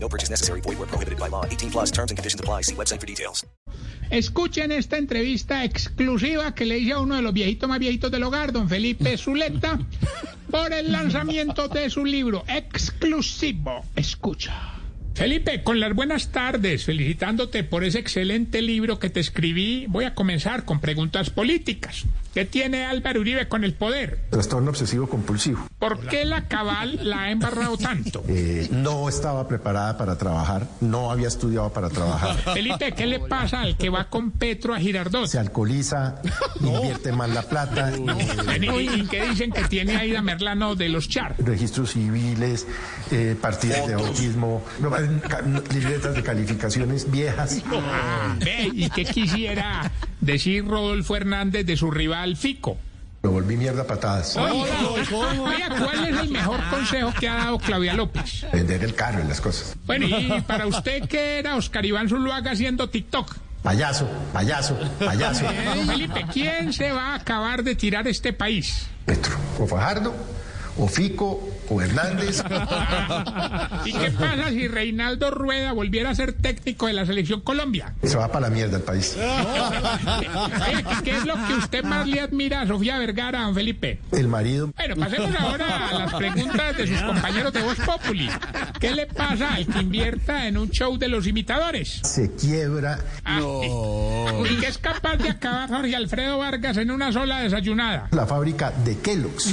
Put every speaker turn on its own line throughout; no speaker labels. No purchase necessary. Void where prohibited by law. 18 plus terms and conditions apply. See website for details.
Escuchen esta entrevista exclusiva que le hice a uno de los viejitos más viejitos del hogar, don Felipe Zuleta, por el lanzamiento de su libro exclusivo. Escucha. Felipe, con las buenas tardes, felicitándote por ese excelente libro que te escribí, voy a comenzar con preguntas políticas. ¿Qué tiene Álvaro Uribe con el poder?
Trastorno obsesivo compulsivo.
¿Por qué la cabal la ha embarrado tanto?
Eh, no estaba preparada para trabajar, no había estudiado para trabajar.
Felipe, ¿qué le pasa al que va con Petro a Girardot?
Se alcoholiza, invierte mal la plata, eh,
¿Y qué dicen que tiene Aida Merlano de los Char?
registros civiles, eh, partidas de autismo, no, eh, ca- libretas de calificaciones viejas.
Ah, ve, ¿y qué quisiera decir Rodolfo Hernández de su rival Fico?
Lo volví mierda a patadas.
Ah. Oiga, ¿cuál es el mejor consejo que ha dado Claudia López?
Vender el carro y las cosas.
Bueno, y para usted, ¿qué era Oscar Iván Zuluaga haciendo TikTok?
Payaso, payaso, payaso.
Don Felipe, ¿quién se va a acabar de tirar este país?
Petro, o Fajardo, o Fico, o Hernández.
¿Y qué pasa si Reinaldo Rueda volviera a ser técnico de la Selección Colombia?
Se va para la mierda el país.
Oiga, ¿Qué es lo que usted más le admira a Sofía Vergara, don Felipe?
El marido
Bueno, pasemos ahora a las preguntas de sus compañeros de Voz Populi. ¿Qué le pasa al que invierta en un show de los imitadores?
se quiebra.
Ah, eh, ¿Y que es capaz de acabar Jorge Alfredo Vargas en una sola desayunada?
La fábrica de Kellogg's.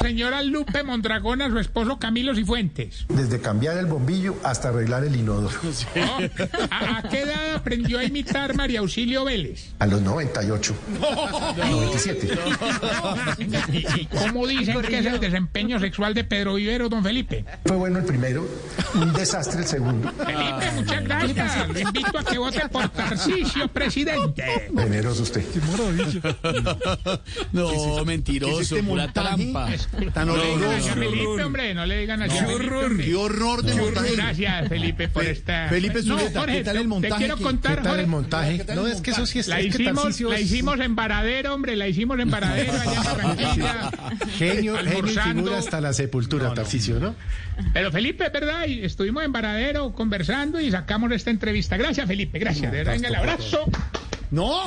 Señora Lupe Mondragón a su esposo Camilo Cifuentes.
Desde cambiar el bombillo hasta arreglar el inodoro.
¿no? ¿A, a qué edad aprendió a imitar María Auxilio Vélez?
A los 98. 97.
¿Y, y cómo dicen que es el desempeño sexual de Pedro Vivero, don Felipe?
Fue bueno el primero, un desastre el segundo.
Ah, Felipe, muchas gracias. Lo invito a que vote por Tarcisio, presidente.
Generoso usted.
No, mentiroso,
este
pura trampa. Tan
Gracias,
horroroso.
Felipe, hombre, no le digan así. a Felipe, hombre.
Qué horror de montaje.
Gracias, Felipe, por esta.
Felipe
no,
Zuleta,
Jorge,
¿qué tal
te-
el montaje?
Te quiero
¿Qué-
contar,
¿Qué tal
Jorge,
el montaje?
No, es que eso sí es,
La hicimos, la hicimos en Varadero, hombre, la hicimos en Varadero allá en Barranquilla.
genio,
almorzando.
la sepultura, Tarcicio, ¿no?
Pero Felipe, es verdad, y estuvimos en Varadero conversando y sacamos esta entrevista. Gracias, Felipe, gracias. De verdad, venga, el abrazo.
No,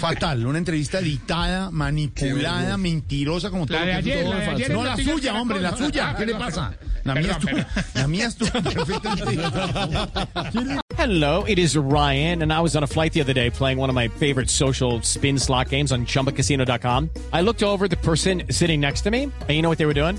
fatal, una entrevista dictada, manipulada, mentirosa como todo
La
lo
de
que
ayer,
todo
la de
falso.
ayer
No,
en
la
Noticias
suya,
Caracol,
hombre, la
¿no?
suya,
Ah,
¿qué le
perdón,
pasa?
perdón.
La mía
Perdón,
estuvo, la mía estuvo perfectamente.
Hello, it is Ryan, and I was on a flight the other day playing one of my favorite social spin slot games on chumbacasino.com. I looked over at the person sitting next to me, and you know what they were doing?